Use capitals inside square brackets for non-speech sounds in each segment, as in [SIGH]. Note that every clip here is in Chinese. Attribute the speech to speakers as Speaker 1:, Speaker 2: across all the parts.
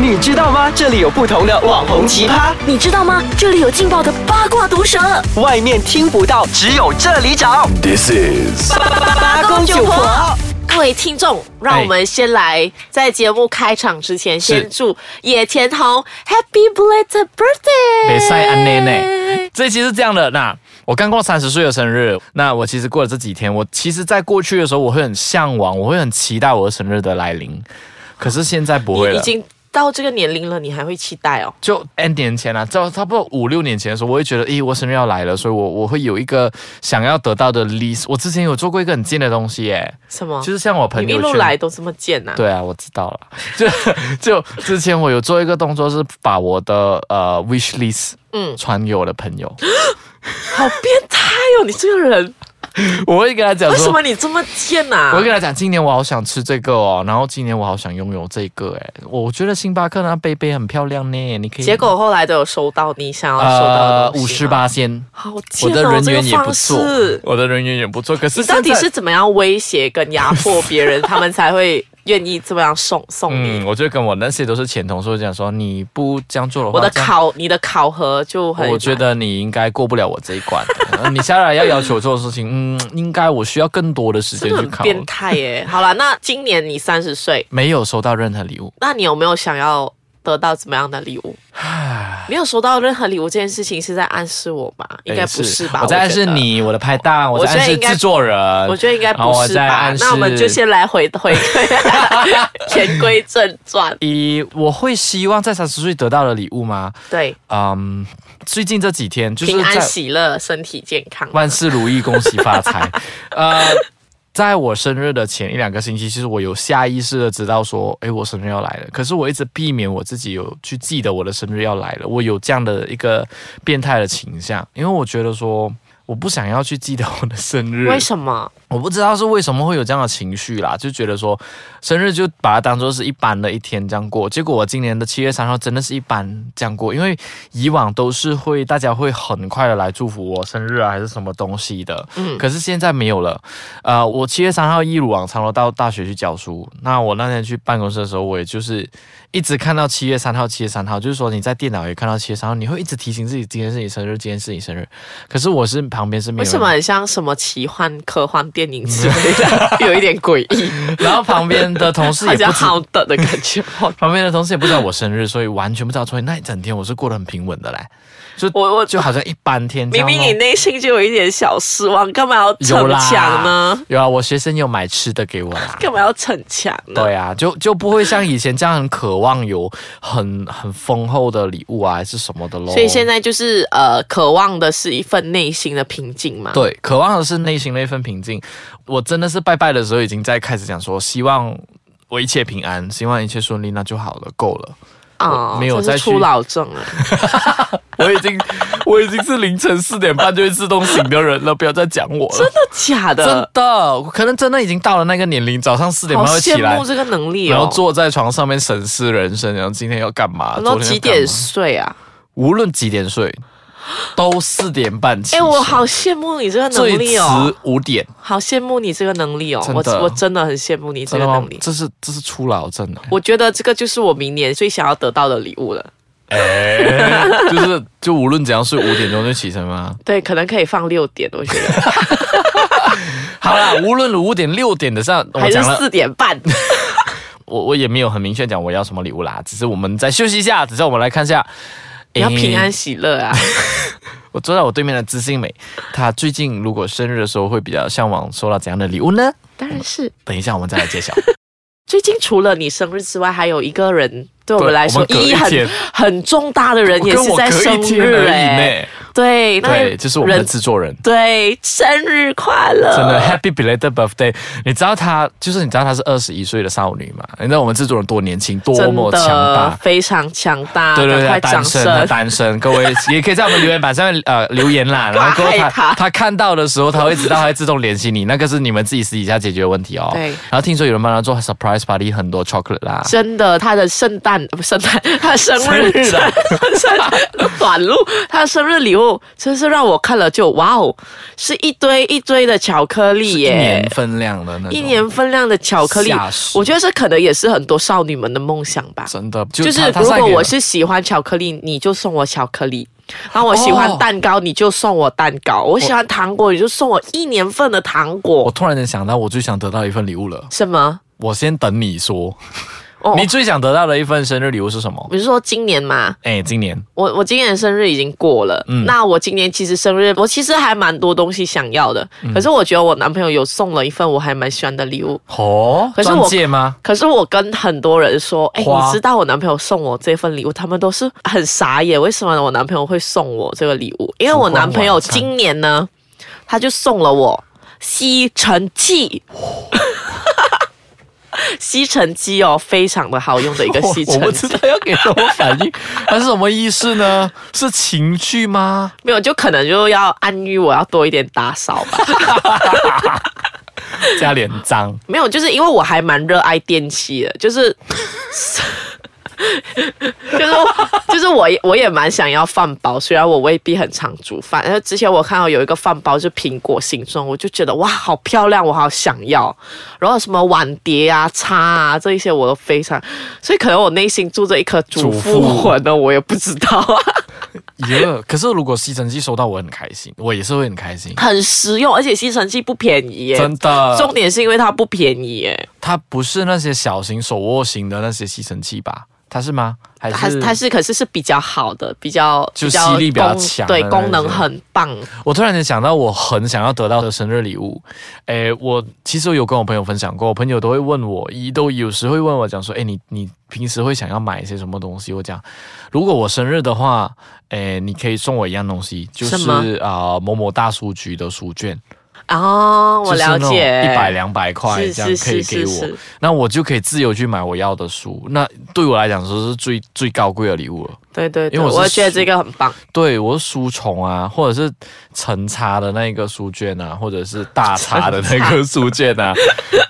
Speaker 1: 你知道吗？这里有不同的网红奇葩，
Speaker 2: 你知道吗？这里有劲爆的八卦毒舌，
Speaker 1: 外面听不到，只有这里找。
Speaker 3: This is
Speaker 1: 八公九婆，
Speaker 4: 各位听众，让我们先来在节目开场之前，先祝野田红 Happy belated birthday！
Speaker 5: 北塞安内内。这一期是这样的，那我刚过三十岁的生日，那我其实过了这几天，我其实在过去的时候，我会很向往，我会很期待我的生日的来临，可是现在不会
Speaker 4: 你已
Speaker 5: 了。
Speaker 4: 经到这个年龄了，你还会期待哦？
Speaker 5: 就 N 年前啊，就差不多五六年前的时候，我会觉得，咦，我生日要来了，所以我我会有一个想要得到的 list。我之前有做过一个很贱的东西耶，
Speaker 4: 什么？
Speaker 5: 就是像我朋
Speaker 4: 哦你一
Speaker 5: 友
Speaker 4: 路
Speaker 5: 圈
Speaker 4: 来都这么贱呐、
Speaker 5: 对啊，我知道了。 [LAUGHS] 就就之前我有做一个动作，是把我的呃 wish list
Speaker 4: 嗯
Speaker 5: 嗯传给我的朋友， [LAUGHS]
Speaker 4: 好变态哦！你这个人，
Speaker 5: 我会跟他讲
Speaker 4: 为什
Speaker 5: 说
Speaker 4: 么。你这么贱啊呐、
Speaker 5: 我会跟他讲，今年我好想吃这个哦，然后今年我好想拥有这个哎，我觉得星巴克那杯杯很漂亮呢，你可以。
Speaker 4: 结果后来都有收到你想要收到的
Speaker 5: 呃
Speaker 4: 东
Speaker 5: 五
Speaker 4: 西
Speaker 5: 十
Speaker 4: 吗，
Speaker 5: 八先，
Speaker 4: 好
Speaker 5: 我
Speaker 4: 贱
Speaker 5: 的
Speaker 4: 哦！
Speaker 5: 人
Speaker 4: 这个
Speaker 5: 缘也不
Speaker 4: 方
Speaker 5: 错
Speaker 4: 式，，
Speaker 5: 我的人缘也不错，可是
Speaker 4: 你到底
Speaker 5: 现在
Speaker 4: 是怎么样威胁跟压迫别人，他们才会愿意这么样送送你？
Speaker 5: 嗯，我就跟我那些都是前同事讲说，你不这样做的话，
Speaker 4: 我的
Speaker 5: 这样
Speaker 4: 考，你的考核就很难，
Speaker 5: 我觉得你应该过不了我这一
Speaker 4: [LAUGHS]
Speaker 5: 关。呃你下来要要求我做的事情，嗯，应该我需要更多的时间
Speaker 4: 真的
Speaker 5: 去
Speaker 4: 很
Speaker 5: 考虑。
Speaker 4: 变态耶。好了，那今年你三十岁，
Speaker 5: 没有收到任何礼物，
Speaker 4: 那你有没有想要得到怎么样的礼物？没有收到任何礼物这件事情是在暗示我吧？应该不是吧？
Speaker 5: 我在暗示
Speaker 4: 觉得。
Speaker 5: 你，我的拍档，我在
Speaker 4: 我
Speaker 5: 暗
Speaker 4: 觉得
Speaker 5: 示
Speaker 4: 应该
Speaker 5: 制作人，
Speaker 4: 我觉得应该
Speaker 5: 然后
Speaker 4: 不
Speaker 5: 我
Speaker 4: 是
Speaker 5: 在
Speaker 4: 吧
Speaker 5: 暗？示。
Speaker 4: 那我们就先来回回 [LAUGHS] 归，言归正传。
Speaker 5: 一，我会希望在三十岁得到的礼物吗？
Speaker 4: 对，
Speaker 5: 嗯，最近这几天 [LAUGHS] 就是
Speaker 4: 平安
Speaker 5: 在
Speaker 4: 喜乐，身体健康。
Speaker 5: 万事如意，恭喜发
Speaker 4: [LAUGHS]
Speaker 5: 财。呃，在我生日的前一两个星期，其实我有下意识的知道说，诶，我生日要来了。可是我一直避免我自己有去记得我的生日要来了，我有这样的一个变态的倾向，因为我觉得说。我不想要去记得我的生日，
Speaker 4: 为什么？
Speaker 5: 我不知道是为什么会有这样的情绪啦，就觉得说生日就把它当做是一般的一天这样过。结果我今年的七月三号真的是一般这样过，因为以往都是会大家会很快的来祝福我生日啊，还是什么东西的。
Speaker 4: 嗯
Speaker 5: 可是现在没有了。呃，我七月三号一如往常的到大学去教书。那我那天去办公室的时候，我也就是一直看到七月三号，七月三号，就是说你在电脑也看到七月三号，你会一直提醒自己今天是你生日，今天是你生日。可是我是旁边是没有
Speaker 4: 为
Speaker 5: 人
Speaker 4: 什么很像什么奇幻科幻电影之类
Speaker 5: [LAUGHS]
Speaker 4: 的，有一点诡异，
Speaker 5: 然后旁边的同事
Speaker 4: 好
Speaker 5: 也
Speaker 4: 像
Speaker 5: 不知，
Speaker 4: 好的的感
Speaker 5: [LAUGHS]
Speaker 4: 觉。
Speaker 5: 旁边的同事也不知道我生日，所以完全不知道。所以那一整天我是过得很平稳的嘞，就
Speaker 4: 我我
Speaker 5: 就好像一般天这
Speaker 4: [LAUGHS] 明
Speaker 5: 样咯。
Speaker 4: 明你内心就有一点小失望，干嘛要
Speaker 5: 有
Speaker 4: 逞
Speaker 5: 啦
Speaker 4: 强呢？？
Speaker 5: 有啊，我学生有买吃的给
Speaker 4: [LAUGHS]
Speaker 5: 我啦。
Speaker 4: 干嘛要逞强呢？
Speaker 5: 对啊，就就不会像以前这样很渴望有很很丰厚的礼物啊，还是什么的咯。
Speaker 4: 所以现在就是呃，渴望的是一份内心的平静嘛。
Speaker 5: 对，渴望的是内心的一份平静。我真的是拜拜的时候已经在开始讲说，希望我一切平安，希望一切顺利，那就好了，够了。
Speaker 4: 啊
Speaker 5: 我没有
Speaker 4: 这是
Speaker 5: 再去
Speaker 4: 初老症
Speaker 5: [LAUGHS]
Speaker 4: 了。
Speaker 5: 我已经我已经是凌晨四点半就会自动醒的人了，不要再讲我了。
Speaker 4: 假
Speaker 5: 真
Speaker 4: 的，
Speaker 5: 的，可能真的已经到了那个年龄，早上四点
Speaker 4: 好
Speaker 5: 半会起
Speaker 4: 羡
Speaker 5: 来
Speaker 4: 慕，这个能力
Speaker 5: 然后
Speaker 4: 哦。
Speaker 5: 坐在床上面审视人生，然后今天要干嘛？
Speaker 4: 然
Speaker 5: 昨
Speaker 4: 后
Speaker 5: 天要
Speaker 4: 几
Speaker 5: 干
Speaker 4: 点
Speaker 5: 嘛
Speaker 4: 睡啊？
Speaker 5: 无论几点睡，都四点半起
Speaker 4: 哎，
Speaker 5: 身。
Speaker 4: 我好羡慕你这个
Speaker 5: 最
Speaker 4: 能力哦
Speaker 5: 迟，五点，
Speaker 4: 好羡慕你这个能力哦。
Speaker 5: 真
Speaker 4: 我
Speaker 5: 的
Speaker 4: 我真的很羡慕你这
Speaker 5: 真
Speaker 4: 个
Speaker 5: 的吗
Speaker 4: 能力？。
Speaker 5: 这是这是初老症啊，
Speaker 4: 我觉得这个就是我明年最想要得到的礼物了。
Speaker 5: 就是就无论怎样睡，五点钟就起身吗？
Speaker 4: 对，可能可以放六点，我觉得
Speaker 5: 好啦，无论五点六点的上， [LAUGHS] 我
Speaker 4: 还是
Speaker 5: 讲了
Speaker 4: 四点
Speaker 5: [LAUGHS]
Speaker 4: 半。
Speaker 5: 我我也没有很明确讲我要什么礼物啦，只是我们再休息一下，只是我们来看一下。
Speaker 4: 你要
Speaker 5: 诶
Speaker 4: 平安喜乐
Speaker 5: [LAUGHS]
Speaker 4: 啊！
Speaker 5: 我坐在我对面的知性美，她最近如果生日的时候会比较向往收到怎样的礼物呢？
Speaker 4: 当然是。
Speaker 5: 等一下我们再来揭晓。
Speaker 4: 最近除了你生日之外，还有一个人对我
Speaker 5: 对
Speaker 4: 们来
Speaker 5: 我
Speaker 4: 说
Speaker 5: 们隔
Speaker 4: 意
Speaker 5: 一
Speaker 4: 义很
Speaker 5: 天
Speaker 4: 很重大的 [LAUGHS] 人，也
Speaker 5: 跟
Speaker 4: 是
Speaker 5: 我
Speaker 4: 在
Speaker 5: 隔
Speaker 4: 生
Speaker 5: 一天
Speaker 4: 日
Speaker 5: 而
Speaker 4: 哎、
Speaker 5: 已呢。
Speaker 4: 对，那
Speaker 5: 欸对，就是我们的
Speaker 4: 人
Speaker 5: 制作人。
Speaker 4: 对生日快乐，
Speaker 5: 真的 Happy belated birthday！你知道她就是你知道她是二十一岁的少女嘛？你知道我们制作人多年轻，多
Speaker 4: 真
Speaker 5: 么
Speaker 4: 的
Speaker 5: 强大。
Speaker 4: 非常强大，
Speaker 5: 对对对，
Speaker 4: 啊赶快
Speaker 5: 她
Speaker 4: 掌
Speaker 5: 单
Speaker 4: 声
Speaker 5: 身，。她单身，各位也可以在我们留言板上面呃
Speaker 4: [LAUGHS]
Speaker 5: 留言啦。然后过后
Speaker 4: 害
Speaker 5: 她
Speaker 4: 怕
Speaker 5: 她看到的时候，她会知道，她会自动联系你，那个是你们自己私底下解决的问题哦。
Speaker 4: 对
Speaker 5: 然后听说有人帮她做 surprise party，很多 chocolate 啦。
Speaker 4: 真的，他的圣诞诞，呃不圣
Speaker 5: [LAUGHS]
Speaker 4: 诞，他生日
Speaker 5: 生日啊
Speaker 4: [LAUGHS] 生短路，他生日礼物真是让我看了就哇哦，是一堆一堆的巧克力
Speaker 5: 一年
Speaker 4: 耶。
Speaker 5: 分量的那种，
Speaker 4: 一年分量的巧克力
Speaker 5: 吓，死
Speaker 4: 我觉得这可能也是很多少女们的梦想吧。
Speaker 5: 真的就
Speaker 4: 就是
Speaker 5: 他他
Speaker 4: 如
Speaker 5: 晒
Speaker 4: 果
Speaker 5: 给
Speaker 4: 我
Speaker 5: 了
Speaker 4: 是喜欢巧克力，你就送我巧克力；然
Speaker 5: 哦
Speaker 4: 后我喜欢蛋糕，你就送我蛋糕；我喜欢糖果，你就送我一年份的糖
Speaker 5: 我
Speaker 4: 果。
Speaker 5: 突然间想到，我最想得到一份礼物了。
Speaker 4: 什么？
Speaker 5: 我先等你说，
Speaker 4: 哦，
Speaker 5: 你最想得到的一份生日礼物是什么？
Speaker 4: 比如说今年嘛，
Speaker 5: 哎，今年
Speaker 4: 我我今年的生日已经过了，
Speaker 5: 嗯
Speaker 4: 那我今年其实生日，我其实还蛮多东西想要的，
Speaker 5: 嗯
Speaker 4: 可是我觉得我男朋友有送了一份我还蛮喜欢的礼物。
Speaker 5: 哦，
Speaker 4: 可是
Speaker 5: 钻
Speaker 4: 我
Speaker 5: 戒吗？
Speaker 4: 可是我跟很多人说，哎，
Speaker 5: 花
Speaker 4: 你知道我男朋友送我这份礼物，他们都是很傻眼，为什么我男朋友会送我这个礼物？因为我男朋友
Speaker 5: 烛光晚餐
Speaker 4: 今年呢，他就送了我吸尘器。 [LAUGHS] 吸尘器哦，非常的好用的一个
Speaker 5: [LAUGHS] 我
Speaker 4: 吸
Speaker 5: 哦我
Speaker 4: 尘
Speaker 5: 不
Speaker 4: 器
Speaker 5: 知，道要给什么反
Speaker 4: [LAUGHS]
Speaker 5: 应，它是什么意思呢？是情趣吗？
Speaker 4: 没有就可能就要暗喻我要多一点打扫吧。
Speaker 5: 加脸 [LAUGHS] 脏，
Speaker 4: 没有，就是因为我还蛮热爱电器的，就是 [LAUGHS] 就是就是我也我也蛮想要饭包，虽然我未必很常煮饭。然后之前我看到有一个饭包是苹果形状，我就觉得哇，好漂亮，我好想要。然后什么碗碟啊、叉啊这一些我都非常，所以可能我内心住着一颗主妇
Speaker 5: 主妇
Speaker 4: 魂呢，我也不知道啊。 [LAUGHS]
Speaker 5: 耶、可是如果吸尘器收到，我很开心，我也是会很
Speaker 4: [LAUGHS]
Speaker 5: 开心，
Speaker 4: 很实用，而且吸尘器不便宜耶。
Speaker 5: 真的。
Speaker 4: 重点是因为它不便宜耶，
Speaker 5: 它不是那些小型手握型的那些吸尘器吧？它是吗？还
Speaker 4: 它
Speaker 5: 是
Speaker 4: 它是可是是比较好的，比较
Speaker 5: 就吸力比较
Speaker 4: 功
Speaker 5: 强的
Speaker 4: 对
Speaker 5: 那，
Speaker 4: 功能
Speaker 5: 种
Speaker 4: 很棒。
Speaker 5: 我突然间想到，我很想要得到的生日礼物，诶，我其实有跟我朋友分享过，我朋友都会问我，一都有时会问我讲说，诶，你你平时会想要买一些什么东西？我讲，如果我生日的话，诶，你可以送我一样东西，就
Speaker 4: 什么
Speaker 5: 是啊、某某大书局的书卷，
Speaker 4: 哦，我了解，
Speaker 5: 一百两百块
Speaker 4: 是
Speaker 5: 这样
Speaker 4: 是
Speaker 5: 可以
Speaker 4: 是
Speaker 5: 给
Speaker 4: 是
Speaker 5: 我
Speaker 4: 是，，
Speaker 5: 那我就可以自由去买我要的书，那对我来讲说是最最高贵的礼物了。
Speaker 4: 对对对，
Speaker 5: 因为我是
Speaker 4: 我觉得这个很棒。
Speaker 5: 对，我是书虫啊，或者是橙茶的那个书卷啊，或者是大茶的那个书卷啊，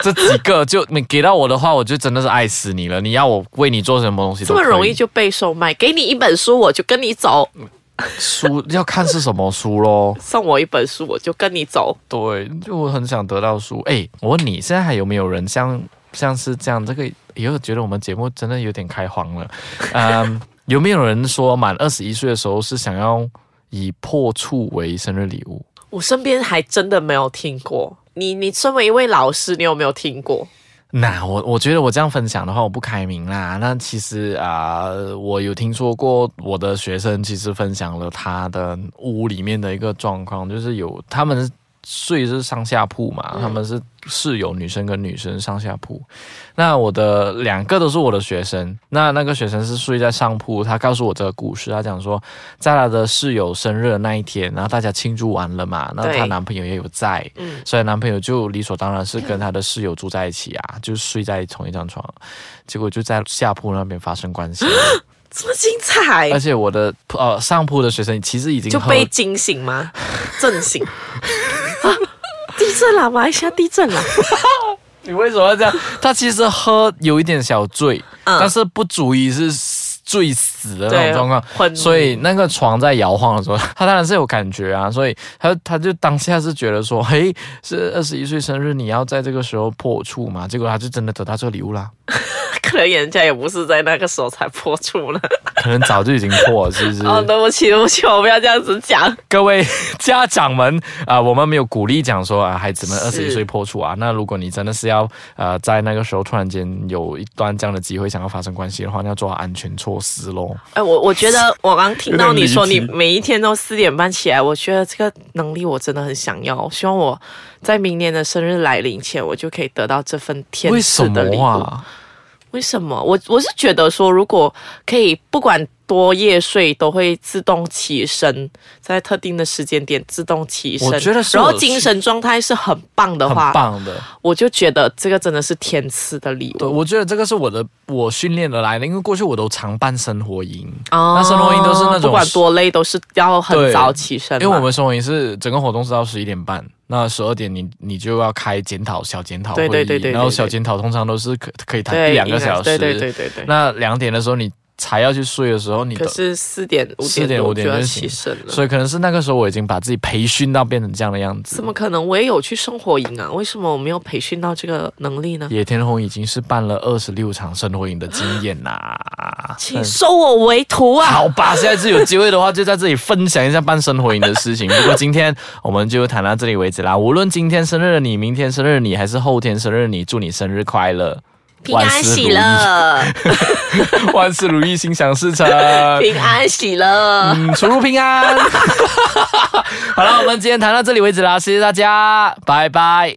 Speaker 5: 这几个就你给到我的话，我就真的是爱死你了。你要我为你做什么东西
Speaker 4: 这
Speaker 5: 都可
Speaker 4: 么
Speaker 5: 以嗯
Speaker 4: 容易就被售卖，给你一本书我就跟你走，
Speaker 5: 书要看是什么书咯。
Speaker 4: 送我一本书我就跟你走。
Speaker 5: 对，就我很想得到书。哎，我问你，现在还有没有人像像是这样？这个以后觉得我们节目真的有点开荒了。 [LAUGHS] 嗯，有没有人说满二十一岁的时候是想要以破处为生日礼物？
Speaker 4: 我身边还真的没有听过。你你身为一位老师，你有没有听过？
Speaker 5: 那我我觉得我这样分享的话，我不开明啦。那其实啊、我有听说过我的学生其实分享了他的屋里面的一个状况，就是有他们睡是上下铺嘛，
Speaker 4: 嗯
Speaker 5: 他们是室友女生跟女生上下铺。那我的两个都是我的学生，那那个学生是睡在上铺，他告诉我这个故事，他讲说，在他的室友生日的那一天，然后大家庆祝完了嘛，那
Speaker 4: 对
Speaker 5: 她男朋友也有在，
Speaker 4: 嗯
Speaker 5: 所以男朋友就理所当然是跟她的室友住在一起
Speaker 4: [LAUGHS]
Speaker 5: 啊，就睡在同一张床，结果就在下铺那边发生
Speaker 4: [LAUGHS]
Speaker 5: 关系，
Speaker 4: 这么精彩
Speaker 5: 而，且我的呃上铺的学生其实已经
Speaker 4: 就
Speaker 5: 哎喝
Speaker 4: 被惊醒吗？震
Speaker 5: [LAUGHS]
Speaker 4: 醒啊！地震了，马来西亚地震了。 [LAUGHS]
Speaker 5: 你为什么要这样？他其实喝有一点小醉，
Speaker 4: 嗯
Speaker 5: 但是不足以是醉死的那种状
Speaker 4: 昏
Speaker 5: 况，
Speaker 4: 迷
Speaker 5: 所以那个床在摇晃的时候，他当然是有感觉啊，所以他他就当下是觉得说，嘿，是二十一岁生日，你要在这个时候破处嘛？结果他就真的得到这个礼物啦，
Speaker 4: 可能人家也不是在那个时候才播出呢。
Speaker 5: 可能早就已经破了，是不是？
Speaker 4: 哦，对不起，对不起，我不要这样子讲。
Speaker 5: 各位家长们啊、我们没有鼓励讲说啊，孩子们二十
Speaker 4: 是
Speaker 5: 一岁破处啊。那如果你真的是要呃，在那个时候突然间有一段这样的机会想要发生关系的话，那要做好安全措施喽。
Speaker 4: [LAUGHS] 哎，我我觉得我刚听到你说
Speaker 5: 有
Speaker 4: 你
Speaker 5: 点离题
Speaker 4: 每一天都四点半起来，我觉得这个能力我真的很想要。我希望我在明年的生日来临前，我就可以得到这份天
Speaker 5: 为什
Speaker 4: 赐的礼
Speaker 5: 么
Speaker 4: 物。
Speaker 5: 啊？
Speaker 4: 为什么？我我是觉得说，如果可以，不管多夜睡，都会自动起身，在特定的时间点自动起身。
Speaker 5: 我觉得是
Speaker 4: 然后
Speaker 5: 我
Speaker 4: 精神状态是很棒的
Speaker 5: 很
Speaker 4: 话，
Speaker 5: 棒的，
Speaker 4: 我就觉得这个真的是天赐的礼
Speaker 5: 对，
Speaker 4: 物。
Speaker 5: 我觉得这个是我的我训练而来的，因为过去我都常办生活营，
Speaker 4: 哦
Speaker 5: 那生活营都是那种
Speaker 4: 不管多累都是要很早起身嘛，
Speaker 5: 因为我们生活营是整个活动是到十一点半，那十二点你你就要开检讨小检讨会
Speaker 4: 对
Speaker 5: 议，
Speaker 4: 对对对对
Speaker 5: 然后
Speaker 4: 对
Speaker 5: 小检讨通常都是可可以谈
Speaker 4: 对
Speaker 5: 一两个小时，
Speaker 4: 对对对对对
Speaker 5: 那两点的时候你才要去睡的时候，你
Speaker 4: 可
Speaker 5: 的
Speaker 4: 是四点五
Speaker 5: 4点
Speaker 4: 多就
Speaker 5: 5
Speaker 4: 要
Speaker 5: 就
Speaker 4: 起
Speaker 5: 醒
Speaker 4: 身了，
Speaker 5: 所以可能是那个时候我已经把自己培训到变成这样的样子
Speaker 4: 怎。么可能？我也有去生活营啊，为什么我没有培训到这个能力呢？
Speaker 5: 野田红已经是办了二十六场生活营的经验啦。
Speaker 4: 请收我为徒啊！
Speaker 5: 好吧，下次有机会的话，就在这里分享一下办生活营的事情。不过今天我们就谈到这里为止啦。无论今天生日的你、明天生日的你，还是后天生日的你，祝你生日快乐，
Speaker 2: 平安喜，乐，
Speaker 5: 万事如意，心想事成。
Speaker 4: 平安喜乐，
Speaker 5: 嗯，出入平 [LAUGHS] 安。好了，我们今天谈到这里为止啦，谢谢大家，拜拜。